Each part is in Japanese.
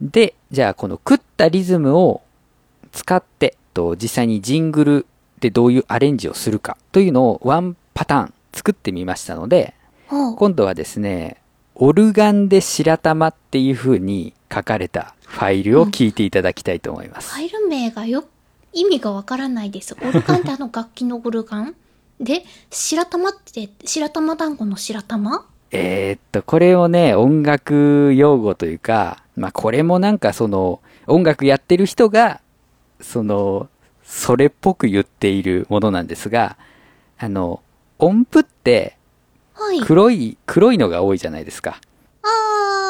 で、じゃあこの食ったリズムを使って、と実際にジングルでどういうアレンジをするかというのをワンパターン作ってみましたので、今度はですね、オルガンで白玉っていう風に書かれたファイルを聞いていただきたいと思います。うん、ファイル名がよ、意味がわからないです。オルガンってあの楽器のオルガン で、白玉って、白玉団子の白玉えー、っと、これをね、音楽用語というか、まあこれもなんかその、音楽やってる人が、その、それっぽく言っているものなんですが、あの、音符って、黒い、はい、黒いのが多いじゃないですか。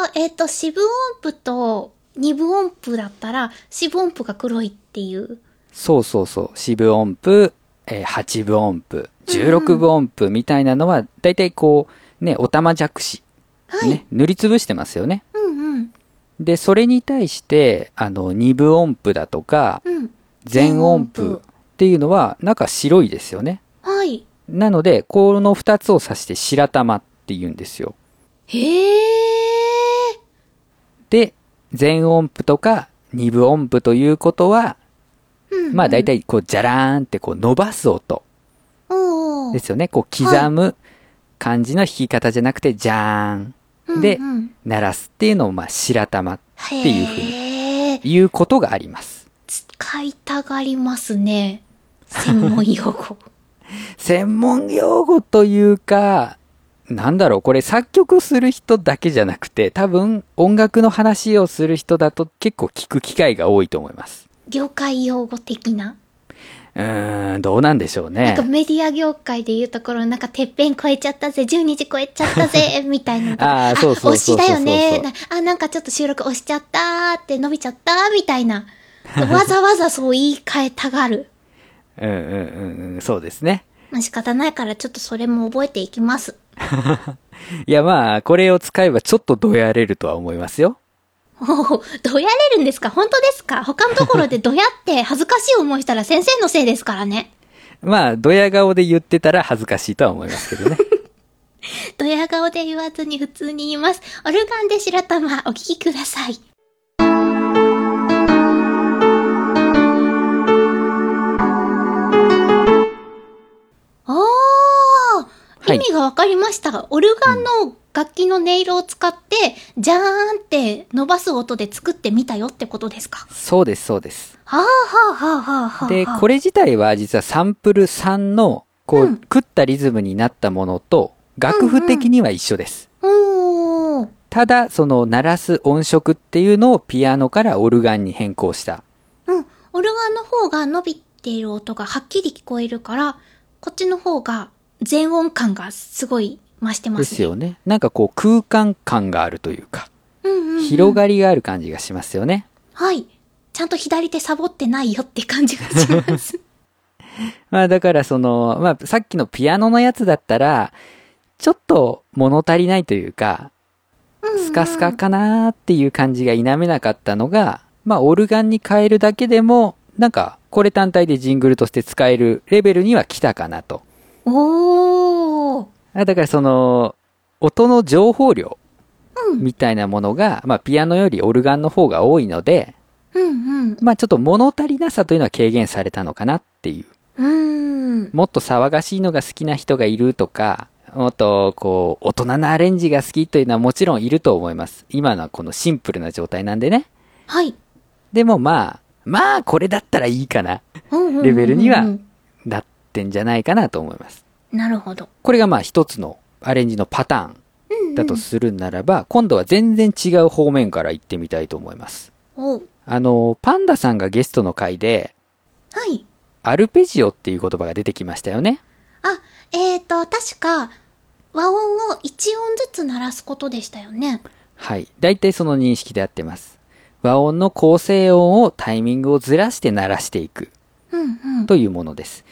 あー、えっ、ー、と、四分音符と二分音符だったら、四分音符が黒いっていう。そうそうそう。四分音符、えー、八分音符、十六分音符みたいなのは、うん、だいたいこう、ね、おたまじゃくし。はい、ね、塗りつぶしてますよね。うんうん。で、それに対して、あの、二分音符だとか、うん、全音符っていうのは、なんか白いですよね。はい。なので、この二つを指して白玉って言うんですよ。へー。で、全音符とか二分音符ということは、うんうん、まあ大体こう、じゃらーんってこう伸ばす音。ですよね。こう刻む感じの弾き方じゃなくて、じゃーん。で、うんうん、鳴らすっていうのを、まあ白玉っていうふうに言うことがあります。使いたがりますね。専門用 語。専門用語というか、なんだろう、これ作曲する人だけじゃなくて、多分音楽の話をする人だと結構聞く機会が多いと思います。業界用語的なうーん、どうなんでしょうね。なんかメディア業界でいうところ、なんかてっぺん超えちゃったぜ、12時超えちゃっ たぜ、みたいな。ああ、そうそうそうそう押しだよね。あ、なんかちょっと収録押しちゃったって伸びちゃったみたい な。わざわざそう言い換えたがる。うんうんうんうん、そうですね。まあ仕方ないからちょっとそれも覚えていきます。いやまあ、これを使えばちょっとどやれるとは思いますよ。おどやれるんですか本当ですか他のところでどやって恥ずかしい思いしたら先生のせいですからね。まあ、どや顔で言ってたら恥ずかしいとは思いますけどね。どや顔で言わずに普通に言います。オルガンで白玉お聴きください。意味がわかりましたが、オルガンの楽器の音色を使って、うん、じゃーんって伸ばす音で作ってみたよってことですかそうです、そうです。はあはあはあはあはあ。で、これ自体は実はサンプル3の、こう、うん、食ったリズムになったものと、楽譜的には一緒です。うんうん、ただ、その鳴らす音色っていうのをピアノからオルガンに変更した。うん。オルガンの方が伸びている音がはっきり聞こえるから、こっちの方が全音感がすごい増してますね。ですよね。なんかこう空間感があるというか、うんうんうん、広がりがある感じがしますよね。はい。ちゃんと左手サボってないよって感じがします。まあだからその、まあさっきのピアノのやつだったら、ちょっと物足りないというか、うんうん、 スカスカかなーっていう感じが否めなかったのが、まあオルガンに変えるだけでも、なんかこれ単体でジングルとして使えるレベルには来たかなと。おお。だからその、音の情報量みたいなものが、うん、まあピアノよりオルガンの方が多いので、うんうん、。まあちょっと物足りなさというのは軽減されたのかなっていううんもっと騒がしいのが好きな人がいるとか、もっとこう、大人なアレンジが好きというのはもちろんいると思います。今のはこのシンプルな状態なんでね。はい。でもまあ、まあこれだったらいいかな。レベルにはなってってんじゃないかなと思います。なるほど。これがまあ一つのアレンジのパターンだとするならば、うんうん、今度は全然違う方面から行ってみたいと思います。あの、パンダさんがゲストの回で、はい。アルペジオっていう言葉が出てきましたよね。あ、えっ、ー、と、確か、和音を1音ずつ鳴らすことでしたよね。はい。大体その認識でやってます。和音の構成音をタイミングをずらして鳴らしていく。うんうん、というものです。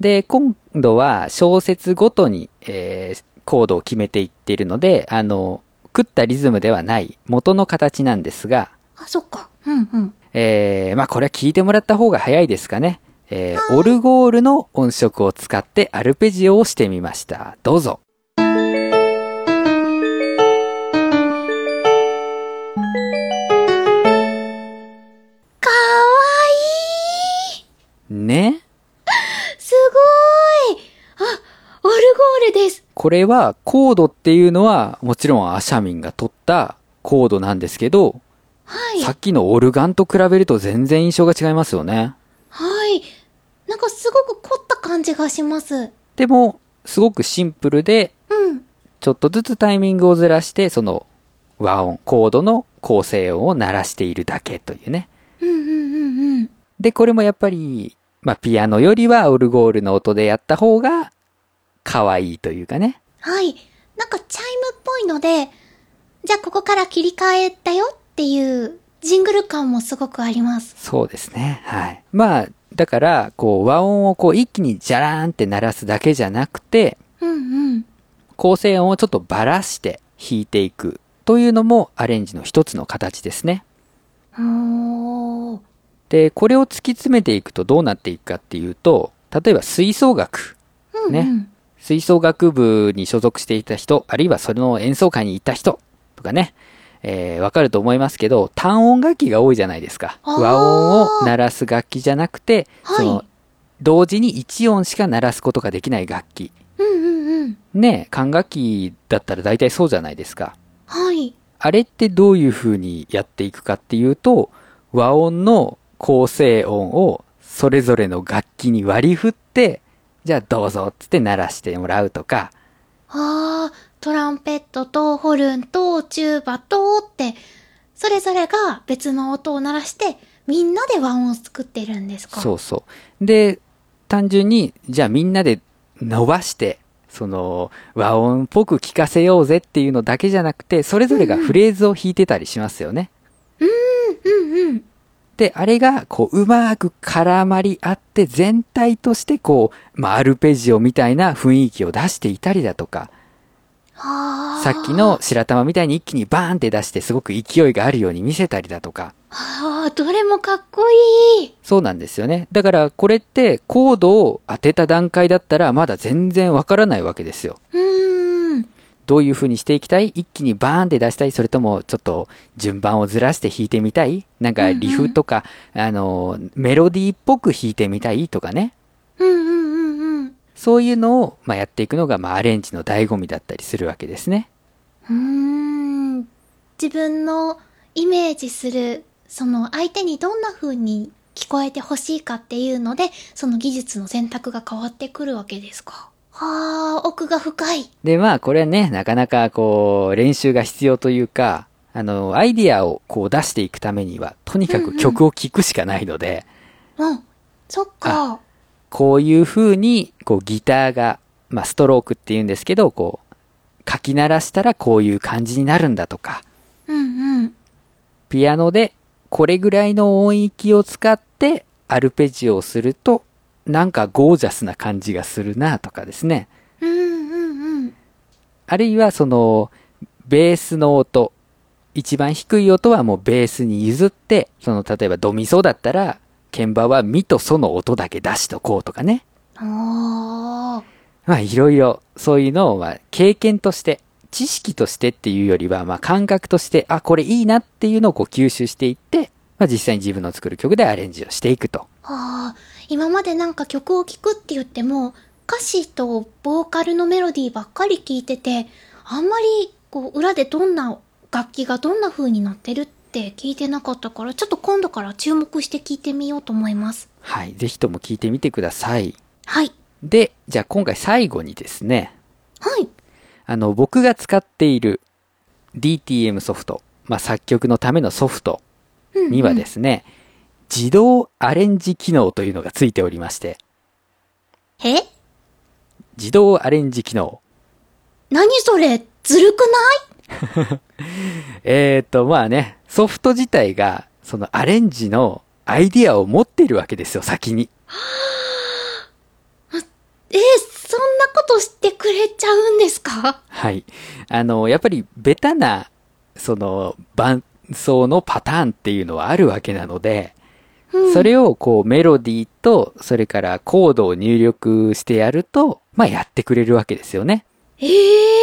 で、今度は小節ごとに、えー、コードを決めていっているので、あの、食ったリズムではない元の形なんですが。あ、そっか。うんうん。えー、まあこれは聞いてもらった方が早いですかね。えー、オルゴールの音色を使ってアルペジオをしてみました。どうぞ。これはコードっていうのはもちろんアシャミンが取ったコードなんですけど、はい。さっきのオルガンと比べると全然印象が違いますよね。はい。なんかすごく凝った感じがします。でも、すごくシンプルで、うん。ちょっとずつタイミングをずらして、その和音、コードの構成音を鳴らしているだけというね。うんうんうんうん。で、これもやっぱり、まあ、ピアノよりはオルゴールの音でやった方が、可愛いというかね。はい。なんかチャイムっぽいので、じゃあここから切り替えだよっていうジングル感もすごくあります。そうですね。はい。まあ、だから、こう、和音をこう、一気にジャラーンって鳴らすだけじゃなくて、うんうん。構成音をちょっとばらして弾いていくというのもアレンジの一つの形ですね。おー。で、これを突き詰めていくとどうなっていくかっていうと、例えば吹奏楽。うん、うん。ね吹奏楽部に所属していた人、あるいはそれの演奏会に行った人とかね、えーわかると思いますけど、単音楽器が多いじゃないですか。あー和音を鳴らす楽器じゃなくて、はいその、同時に一音しか鳴らすことができない楽器。うんうんうん。ね、管楽器だったら大体そうじゃないですか。はい。あれってどういう風にやっていくかっていうと、和音の構成音をそれぞれの楽器に割り振って、じゃあどうぞっつって鳴らしてもらうとか、あー、トランペットとホルンとチューバとって、それぞれが別の音を鳴らして、みんなで和音を作ってるんですかそうそう。で、単純に、じゃあみんなで伸ばして、その、和音っぽく聞かせようぜっていうのだけじゃなくて、それぞれがフレーズを弾いてたりしますよね。う。うんうん。で、あれが、こう、うまく絡まり合って、全体として、こう、まあ、アルペジオみたいな雰囲気を出していたりだとか、あー。さっき。の白玉みたいに一気にバーンって出して、すごく勢いがあるように見せたりだとか、あー、どれもかっこいい。そうなんですよね。だから、これって、コードを当てた段階だったら、まだ全然わからないわけですよ。うーん。どういう風にしていきたい一気にバーンって出したいそれともちょっと順番をずらして弾いてみたいなんかリフとか、あの、メロディーっぽく弾いてみたいとかね。うんうんうんうん。そういうのを、まあ、やっていくのが、まあ、アレンジの醍醐味だったりするわけですね。うーん自分のイメージする、その相手にどんな風に聞こえてほしいかっていうので、その技術の選択が変わってくるわけですか。はあ、奥が深い。で、まあ、これはね、なかなか、こう、練習が必要というか、あの、アイディアをこう出していくためには、とにかうんうくん曲を聴くしかないので、うん。そっか。こういう風に、こう、ギターが、まあ、ストロークって言うんですけど、こう、書き鳴らしたらこういう感じになるんだとか、うんうん。ピアノでこれぐらいの音域を使ってアルペジオをするとなんかゴージャスな感じがするなとかですね。うんうんうん。あるいはそのベースの音、一番低い音はもうベースに譲って、その例えばドミソだったら鍵盤はミとソの音だけ出しとこうとかね。おー。まあいろいろそういうのをまあ経験として、知識としてっていうよりはまあ感覚として、あ、これいいなっていうのをこう吸収していって、まあ実際に自分の作る曲でアレンジをしていくと。ああ、今までなんか曲を聴くって言っても、歌詞とボーカルのメロディーばっかり聴いてて、あんまりこう裏でどんな楽器がどんな風になってるって聞いてなかったから、ちょっと今度から注目して聴いてみようと思います。はい。ぜひとも聞いてみてください。はい。で、じゃあ今回最後にですね、はい。あの、僕が使っている DTM ソフト、まあ、作曲のためのソフトうん、にはですね、自動アレンジ機能というのがついておりまして、え自動アレンジ機能。何それずるくないえっ、ー、と、まあね、ソフト自体が、そのアレンジのアイディアを持っているわけですよ、先に。えーそんなことしてくれちゃうんですかはい。あの、やっぱり、ベタな、その、伴奏のパターンっていうのはあるわけなので、うんそれをこうメロディーと、それからコードを入力してやると、まあやってくれるわけですよね。ええ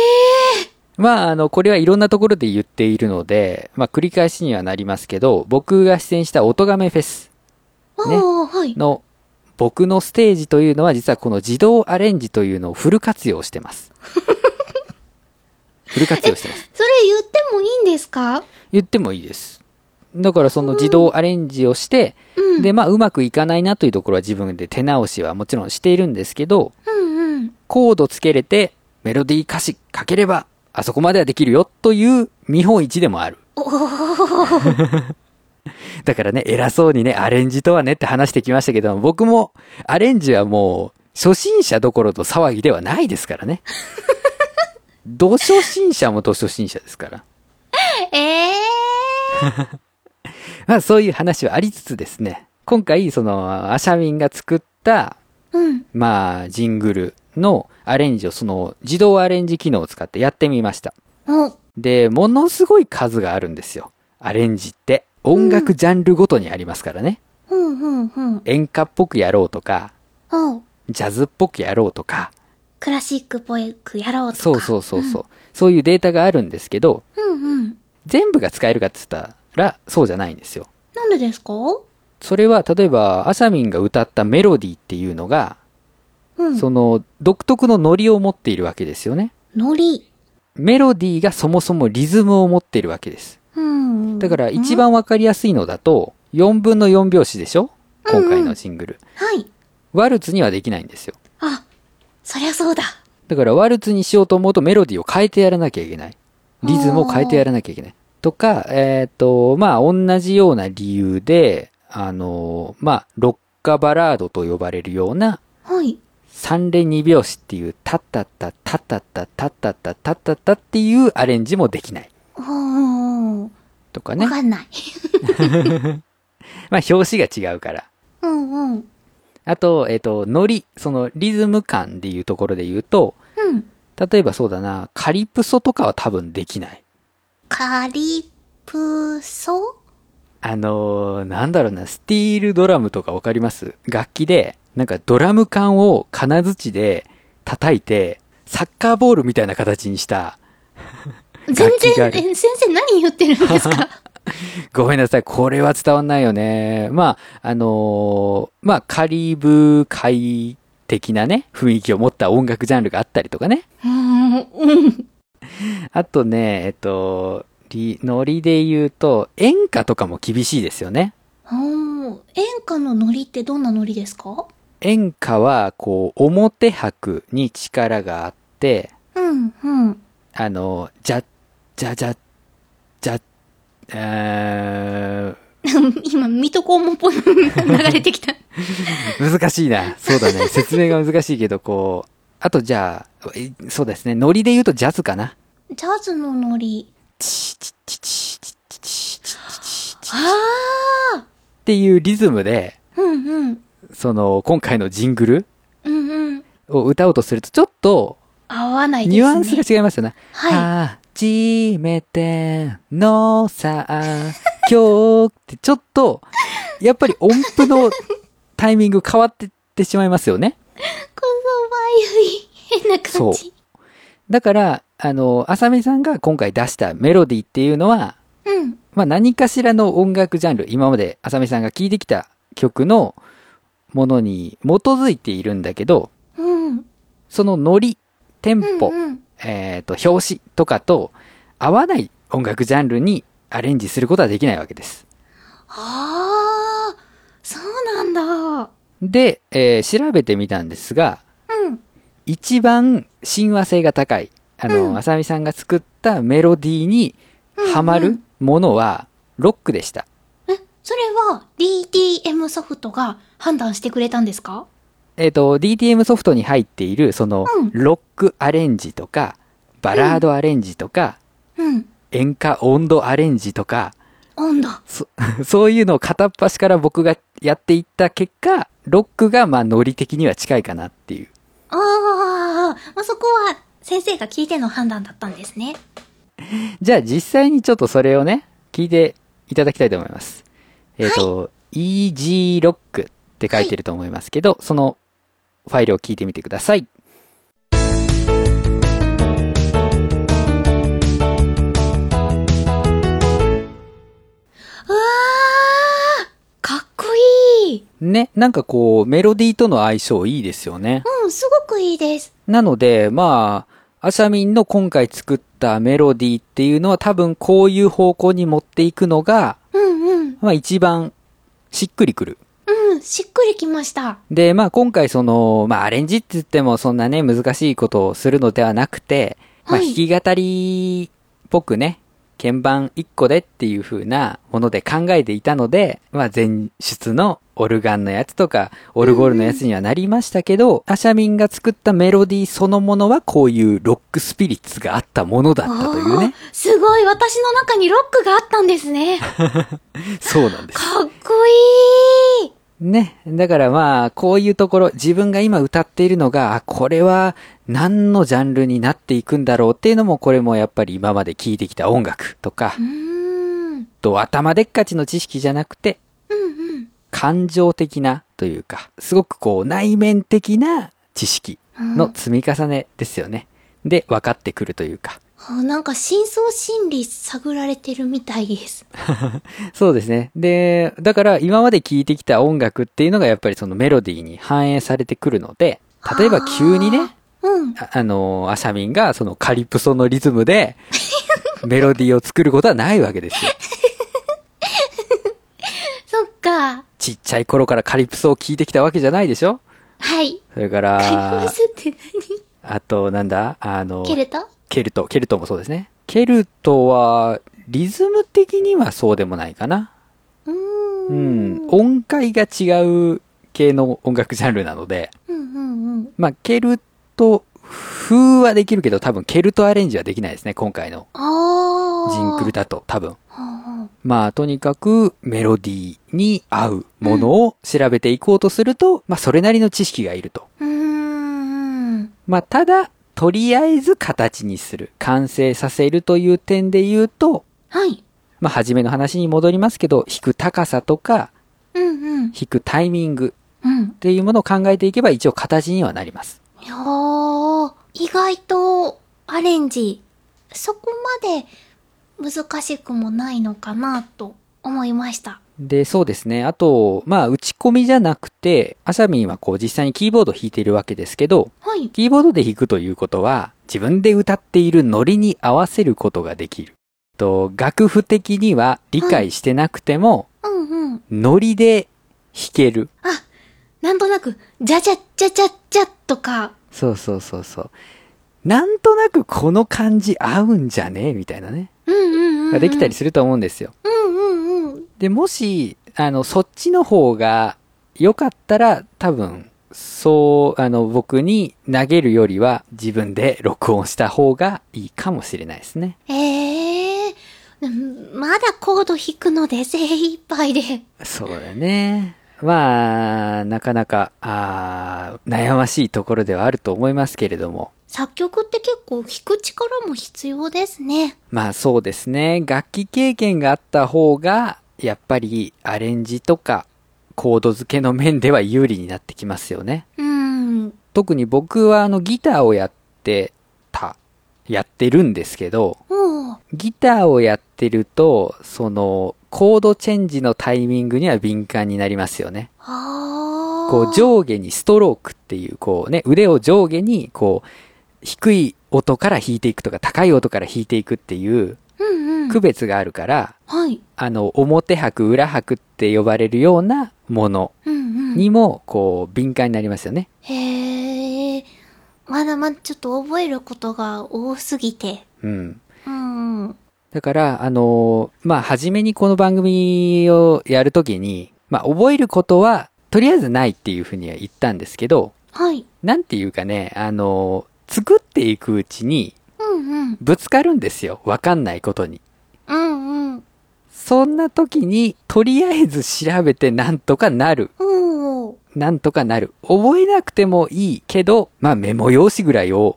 まああの、これはいろんなところで言っているので、まあ繰り返しにはなりますけど、僕が出演した音亀フェスー。ねああ、はい。の 僕のステージというのは実はこの自動アレンジというのをフル活用してます。フル活用してます。それ言ってもいいんですか言ってもいいです。だからその自動アレンジをして、うん。で、まあうまくいかないなというところは自分で手直しはもちろんしているんですけど、うんうん。コードつけれてメロディー歌詞書ければあそこまではできるよという見本市でもある。だからね、偉そうにね、アレンジとはねって話してきましたけど、僕もアレンジはもう初心者どころと騒ぎではないですからね。ど初心者もど初心者ですから。ええまあそういう話はありつつですね、今回そのアシャミンが作ったー。うん。まあ、ジングルのアレンジをその自動アレンジ機能を使ってやってみました。お、で、ものすごい数があるんですよ。アレンジって。音楽ジャンルごとにありますからね。うんうんうん。演歌っぽくやろうとか、お、ジャズっぽくやろうとか、とクラシックっぽくやろうとか。そうそうそうそう。そういうデータがあるんですけど、うんうん。全部が使えるかって言ったら、そうじゃないんですよ。なんでですかそれは、例えば、アシャミンが歌ったメロディーっていうのが、うん。その、独特のノリを持っているわけですよね。ノリ。メロディーがそもそもリズムを持っているわけです。うん。だから一番わかりやすいのだと、4分の4拍子でしょ今回のシングル。はい。ワルツにはできないんですよ。あ、そりゃそうだ。だからワルツにしようと思うとメロディーを変えてやらなきゃいけない。リズムを変えてやらなきゃいけない。とか、えっ、と、まあ、同じような理由で、あの、まあ、ロッカバラードと呼ばれるような、はい。三連二拍子っていう、タッタッタ、タッタッタ、タッタッタ、タッタッタっていうアレンジもできない。おー。わ、とかね。かんない。まあ、表紙が違うから。うんうん。あと、えっ、と、ノリ、そのリズム感でいうところで言うと、うん。例えばそうだな、カリプソとかは多分できない。カリプソあのーなんだろうな、スティールドラムとかわかります楽器で、なんかドラム缶を金槌で叩いて、サッカーボールみたいな形にした、全楽器があ然、るえ先生何言ってるんで すかごめんなさい、これは伝わんないよね。まあ、あのーまあ、カリブ海的なね、雰囲気を持った音楽ジャンルがあったりとかね。うん、うん。あとね、えっと、りノリで言うと、演歌とかも厳しいですよね。おー演歌のノリってどんなノリですか演歌は、こう、表拍に力があって、うん、うん。あの、じゃ、じゃじゃ、じゃ、え 今、水戸黄門っぽいのが流れてきた。ー、難しいな。そうだね。説明が難しいけど、こう、あとじゃあ、えそうですね。ノリで言うとジャズかな。 ジャズのノリ。チチチチチチチチチチああっていうリズムで、うんうん。その、今回のジングルうんうん。を歌おうとすると、ちょっと、合わないですね。ニュアンスが違いますよね。はい初めてのさ、 今日ってちょっと、やっぱり音符のタイミング変わってってしまいますよね。こそばゆい。変な感じ。だから、あの、あさみさんが今回出したメロディーっていうのは、うん。まあ何かしらの音楽ジャンル、今まであさみさんが聴いてきた曲のものに基づいているんだけど、うん。そのノリ、テンうんポ、うん。えっ、と、表紙とかと合わない音楽ジャンルにアレンジすることはできないわけです。ああそうなんだ。で、えー調べてみたんですが、うん。一番親和性が高い、あうんの、あさみさんが作ったメロディーにハマるものは、ロックでした。え、それは DTM ソフトが判断してくれたんですかえっ、と、DTM ソフトに入っている、そのうん、ロックアレンジとか、バラードアレンジとか、うん。演歌温度アレンジと か、温度。あそそういうのを片っ端から僕がやっていった結果、ロックがまあノリ的には近いかなっていう。あー、まあ、そこは先生が聞いての判断だったんですね。じゃあ実際にちょっとそれをね、聞いていただきたいと思います。えっ、と、EG ロックって書いてると思いますけど、そのファイルを聞いてみてください。うわーかっこいいね、なんかこう、メロディーとの相性いいですよね。うん、すごくいいです。なので、まあ、あしゃみんの今回作ったメロディーっていうのは多分こういう方向に持っていくのが、うんうん。まあ一番しっくりくる。うん、しっくりきました。で、まあ今回その、まあアレンジって言ってもそんなね、難しいことをするのではなくて、まあはい弾き語りっぽくね、鍵盤1個でっていう風なもので考えていたので、まあ前出のオルガンのやつとか、オルゴールのやつにはなりましたけど、アシャミンが作ったメロディーそのものはこういうロックスピリッツがあったものだったというおーね。すごい、私の中にロックがあったんで すね。そうなんです。かっこいい。ね。だからまあ、こういうところ、自分が今歌っているのが、あこれは何のジャンルになっていくんだろうっていうのも、これもやっぱり今まで聴いてきた音楽とかう、ーん。と頭でっかちの知識じゃなくて、うん感情的なというか、すごくこう内面的な知識うん。の積み重ねですよね。で、分かってくるというか。あなんか真相心理探られてるみたいです。そうですね。で、だから今まで聴いてきた音楽っていうのがやっぱりそのメロディーに反映されてくるので、例えば急にね、あー。うん。ああのー、アシャミンがそのカリプソのリズム でメロディーを作ることはないわけですよ。そっか。ちっちゃい頃からカリプソを聴いてきたわけじゃないでしょはい。それかカリらプ、スってあとなんだあの何ー、ケルトケルト、ケルトもそうですね。ケルトは、リズム的にはそうでもないかな。うー。うんん。音階が違う系の音楽ジャンルなので、うんうんうん。まあ、ケルト風はできるけど、多分ケルトアレンジはできないですね、今回のああ。ジンクルだと、多分。ほうほう。まあ、とにかくメロディーに合うものを調べていこうとすると、まあ、それなりの知識がいると。うーん。まあ、ただ、とりあえず形にする、完成させるという点で言うと、はい。まあ、初めの話に戻りますけど、弾く高さとか、うんうん。弾くタイミングうんっ。ていうものを考えていけば一応形にはなります。いやー、意外とアレンジ、そこまで難しくもないのかなと思いました。で、そうですね。あと、まあ、打ち込みじゃなくて、アシャミンはこう実際にキーボードを弾いているわけですけど、はい。キーボードで弾くということは、自分で歌っているノリに合わせることができる。と、楽譜的には理解してなくても、うんうん。ノリで弾ける。あ、なんとなく、じゃじゃじゃじゃじゃとか、そうそうそうそう。なんとなくこの感じ合うんじゃねみたいなね。うんうんうん、うがん。できたり。すると思うんですよ。うんうんうん。で、もし、あの、そっちの方が良かったら、多分、そう、あの、僕に投げるよりは自分で録音した方がいいかもしれないですね。ええー、うんまだコード弾くので精一杯で。そうだね。まあ、なかなか、あー悩ましいところではあると思いますけれども。作曲って結構弾く力も必要ですね。まあそうですね。楽器経験があった方が、やっぱりアレンジとか、コード付けの面では有利になってきますよね。うん。特に僕はあのギターをやってた、やってるんですけど、おう。ギターをやってると、その、コードチェンジのタイミングには敏感になりますよね。あー。こう上下にストロークっていう、こうね、腕を上下に、こう、低い音から弾いていくとか、高い音から弾いていくっていううんうん。区別があるから、はい。あの、表拍、裏拍って呼ばれるようなものうんうん。にも、こう、敏感になりますよね。へえ、まだまだちょっと覚えることが多すぎて。うん。うん。うんだから、あのーまあ、初めにこの番組をやるときに、まあ、覚えることは、とりあえずないっていうふうには言ったんですけど、はい。なんていうかね、あのー作っていくうちに、うんうん。ぶつかるんですよ。わかんないことに。うんうん。そんな時に、とりあえず調べてなんとかなる。おー。なんとかなる。覚えなくてもいいけど、まあメモ用紙ぐらいを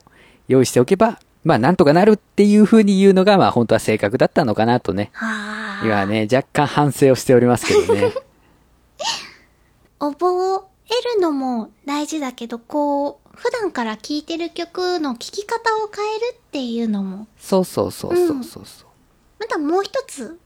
用意しておけば、まあなんとかなるっていう風に言うのが、まあ本当は正確だったのかなとね。あー。今ね、若干反省をしておりますけど ね。覚えるのも大事だけど、こう、普段から聴いてる曲の聴き方を変えるっていうのも、そうそうそうそうそうそう。またもう一つ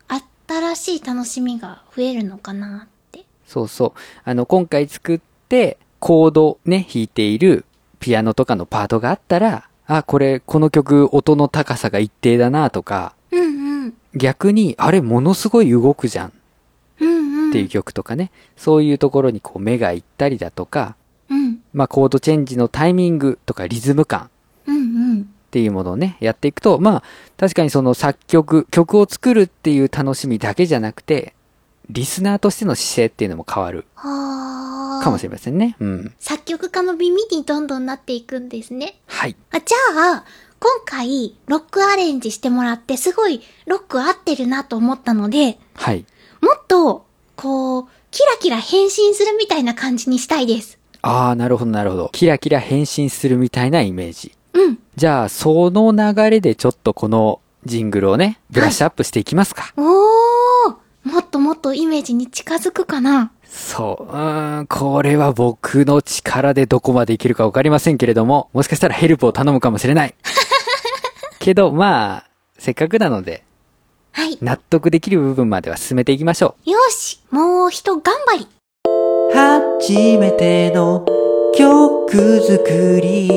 新しい楽しみが増えるのかなって。そうそう。あの、今回作って、コードね、弾いているピアノとかのパートがあったら、あ、これ、この曲、音の高さが一定だなとか、うんうん。逆に、あれ、ものすごい動くじゃんっうんうん。ていう曲とかね、そういうところにこう目が行ったりだとか、うん。まあ、コードチェンジのタイミングとかリズム感うんうん。っていうものをね、やっていくと、まあ、確かにその作曲、曲を作るっていう楽しみだけじゃなくて、リスナーとしての姿勢っていうのも変わるはあ。かもしれませんね。うん。作曲家の耳にどんどんなっていくんですね。はい。あ、じゃあ、今回、ロックアレンジしてもらって、すごい、ロック合ってるなと思ったので、はい。もっと、こう、キラキラ変身するみたいな感じにしたいです。ああ、なるほど、なるほど。キラキラ変身するみたいなイメージ。うん。じゃあ、その流れでちょっとこのジングルをね、ブラッシュアップしていきますか。おーもっともっとイメージに近づくかな。そう。うーん、これは僕の力でどこまでいけるかわかりませんけれども、もしかしたらヘルプを頼むかもしれない。 けど、まあ、せっかくなので、はい。よ納得できる部分までは進めていきましょし、もう一頑張り。う。初めての曲作り、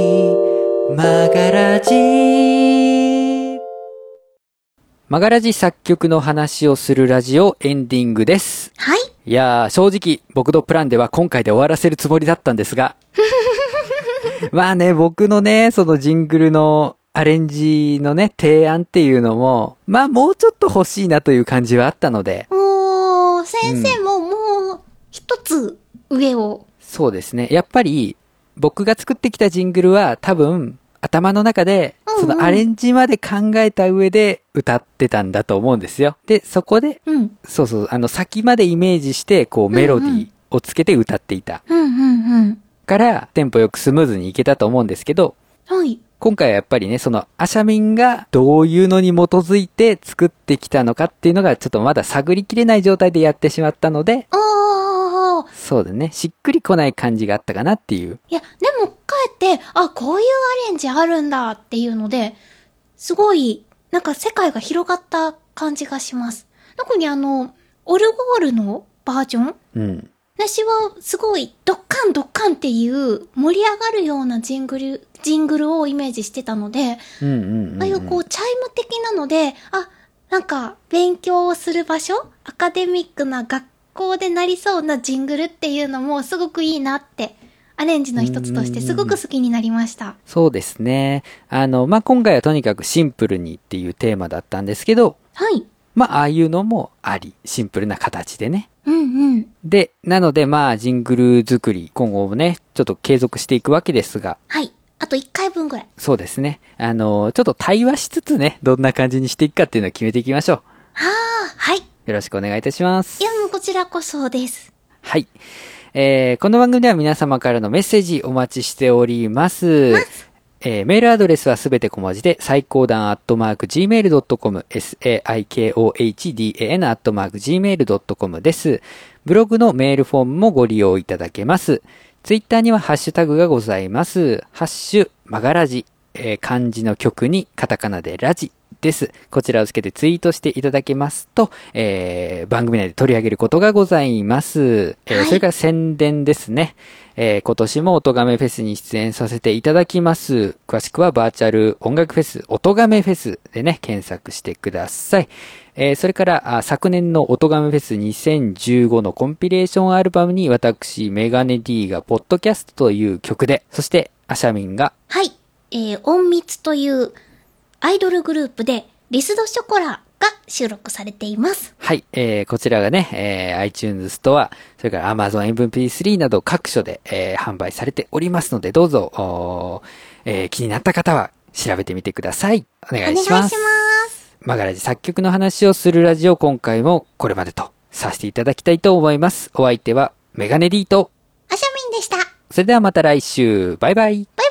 マガラジ。マガラジ作曲の話をするラジオエンディングです。はい。いやー、正直、僕のプランでは今回で終わらせるつもりだったんですが。 まあね、僕のね、そのジングルのアレンジのね、提案っていうのも、まあもうちょっと欲しいなという感じはあったので、おー、先生ももう、一つ上を。そうですね。やっぱり、僕が作ってきたジングルは多分、頭の中でうんう、んそのアレンジまで考えた上で歌ってたんだと思うんですよ。で、そこで、うん。そうそう、あの先までイメージして、こうメロディーをつけて歌っていた。うん、うん、うん。から、テンポよくスムーズにいけたと思うんですけど、はい。今回はやっぱりね、その、アシャミンがどういうのに基づいて作ってきたのかっていうのが、ちょっとまだ探りきれない状態でやってしまったので、おー。そうだね、しっくりこない感じがあったかなっていう。いや、でも、かえって、あ、こういうアレンジあるんだっていうので、すごい、なんか世界が広がった感じがします。特にあの、オルゴールのバージョンうん。私はすごいドッカンドッカンっていう盛り上がるようなジングル、ジングルをイメージしてたので、うんうん、うん。ああいうこうチャイム的なので、あ、なんか勉強をする場所アカデミックな学校でなりそうなジングルっていうのもすごくいいなって、アレンジの一つとしてすごく好きになりました。そうですね。あの、まあ、今回はとにかくシンプルにっていうテーマだったんですけど、はい。まあ、ああいうのもあり、シンプルな形でね。うんうん。で、なのでまあ、ジングル作り、今後もね、ちょっと継続していくわけですが、はい。あと1回分ぐらい。そうですね。あの、ちょっと対話しつつね、どんな感じにしていくかっていうのを決めていきましょ。ああ、はい。いうよろしくお願いいたします。や、もうこちらこそです。はい。えー、この番組では皆様からのメッセージお待ちしております。えー、メールアドレスはすべて小文字で、最高段アットマーク gmail.com、saikohdan アットマーク gmail.com です。ブログのメールフォームもご利用いただけます。ツイッターにはハッシュタグがございます。ハッシュ、マガラジ、えー漢字の曲にカタカナでラジです。こちらをつけてツイートしていただけますと、えー番組内で取り上げることがございます。えーはいそれから宣伝ですね。えー今年も音亀フェスに出演させていただきます。詳しくはバーチャル音楽フェス、音亀フェスでね、検索してください。えーそれから、あ昨年の音亀フェス2015のコンピレーションアルバムに私、メガネ D がポッドキャストという曲で、そして、アシャミンが、はい。えー、音密というアイドルグループで、リスドショコラが収録されています。はい、えーこちらがね、えー iTunes ストア、それから Amazon MP3 など各所で、えー販売されておりますので、どうぞ、おーえー気になった方は調べてみてください。おお願願いいししまますす。。マガラジ作曲の話をするラジオ今回もこれまでとさせていただきたいと思います。お相手はメガネ D と、アシャミンでした。バイそれではまた来週、バイバイ。バイ